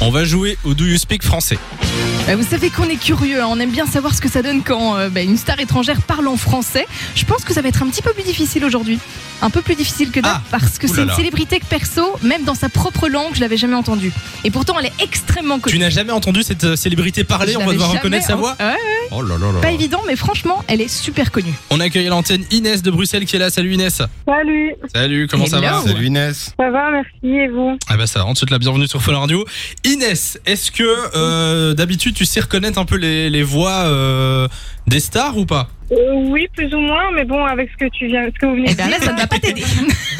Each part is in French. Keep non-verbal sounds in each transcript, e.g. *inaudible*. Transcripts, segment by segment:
On va jouer au Do You Speak français. Euh, Vous savez qu'on est curieux, hein, on aime bien savoir ce que ça donne quand euh, bah, une star étrangère parle en français. Je pense que ça va être un petit peu plus difficile aujourd'hui. Un peu plus difficile que d'hab, Ah, parce que c'est oulala. une célébrité que perso, même dans sa propre langue, je l'avais jamais entendue. Et pourtant, elle est extrêmement Tu connue. n'as jamais entendu cette euh, célébrité parler, Je on va l'avais devoir jamais reconnaître sa ent- voix Ouais, Oh là là là. Pas évident, mais franchement, elle est super connue. On accueille à l'antenne Inès de Bruxelles qui est là. Salut Inès. Salut, Salut, comment ça va Hello. Salut, Inès. ça va, merci, et vous Ah bah ça, va, on te souhaite la bienvenue sur Fun Radio. Inès, est-ce que euh, d'habitude tu sais reconnaître un peu les, les voix euh, des stars ou pas Euh, Oui, plus ou moins, mais bon, avec ce que tu viens, ce que vous venez Et Eh de bien ben, là, ça ne va pas t'aider.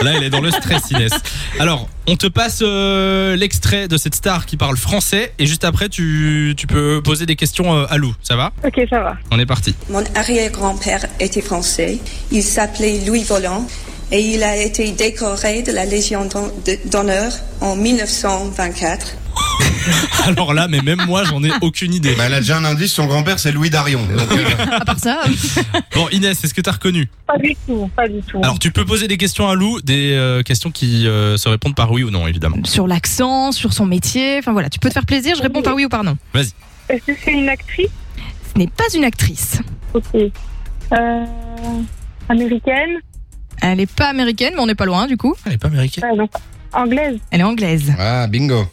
Là, elle est dans le stress, Inès. Alors, on te passe euh, l'extrait de cette star qui parle français et juste après, tu, tu peux poser des questions euh, à Lou. Ça va dire. Ok, ça va. On est parti. Mon arrière-grand-père était français. Il s'appelait Louis Volant et il a été décoré de la Légion d'hon- de- d'honneur en 1924. Alors là, mais même moi, j'en ai aucune idée. Bah, elle a déjà un indice, son grand-père c'est Louis Darion. Donc, euh, *laughs* À part ça, euh, Bon, Inès, est-ce que t'as reconnu Pas du tout, pas du tout. Alors, tu peux poser des questions à Lou, des euh, questions qui euh, se répondent par oui ou non, évidemment. sur l'accent, sur son métier, enfin voilà, tu peux te faire plaisir, je réponds par oui ou par non. Est-ce que c'est une actrice Ce n'est pas une actrice. Ok. Euh, américaine Elle n'est pas américaine, mais on n'est pas loin du coup. Elle est pas américaine. Ah, non, anglaise Elle est anglaise. *laughs* Ah, bingo.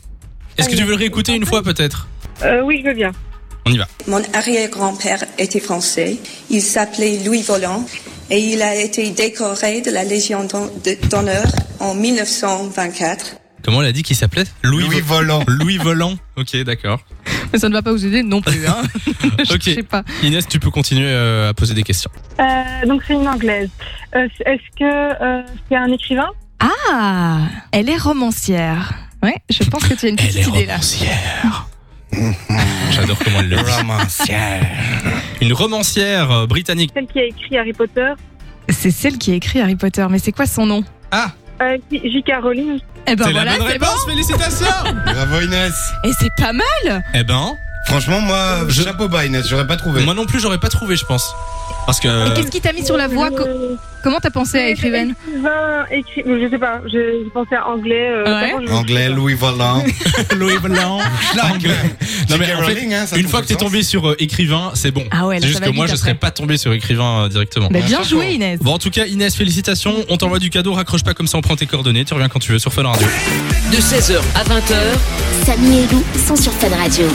Est-ce que tu veux le réécouter une fois, peut-être euh, Oui, je veux bien. Mon arrière-grand-père était français. Il s'appelait Louis Volant et il a été décoré de la Légion d'hon- de- d'honneur en 1924. Comment elle a dit qu'il s'appelait Louis, Vo- Volant. Louis Volant. Ok, d'accord. Mais ça ne va pas vous aider non plus. Hein. je Ok. sais pas. *laughs* Inès, tu peux continuer euh, à poser des questions. Euh, donc, c'est une anglaise. Euh, c- Est-ce que euh, c'est un écrivain Ah, elle est romancière. Ouais, je pense que tu as une petite idée là. romancière. *laughs* J'adore comment elle le dit. Romancière. Une romancière euh, britannique. Celle qui a écrit Harry Potter C'est celle qui a écrit Harry Potter, mais c'est quoi son nom Ah, euh, qui- J.K. Rowling Eh ben c'est la voilà, bonne c'est bon. réponse, *laughs* félicitations Bravo Inès. Et c'est pas mal. Eh ben, Franchement, moi, Je- chapeau bas Inès, j'aurais pas trouvé. moi non plus, j'aurais pas trouvé, je pense. Parce Et que... qu'est-ce qui t'a mis sur la voie Co- Euh, Comment t'as pensé à écrivaine Écrivain, écri... Je sais pas, je, je pensais à anglais. euh, Ah Ouais. avant, je- Anglais, Louis Volant. Louis *laughs* Blanc. Ah, Non, mais en fait, Une fois que t'es tombé sur euh, écrivain, c'est bon. Ah ouais, là, c'est ça juste va que vite moi, je après. serais pas tombé sur écrivain euh, directement. Bah, Ouais, Bien chapeau. joué Inès. Bon, en tout cas, Inès, félicitations. On t'envoie du cadeau. Raccroche pas comme ça, on prend tes coordonnées. Tu reviens quand tu veux sur Fun Radio. De 16h à 20h, Samy et Lou sont sur Fun Radio.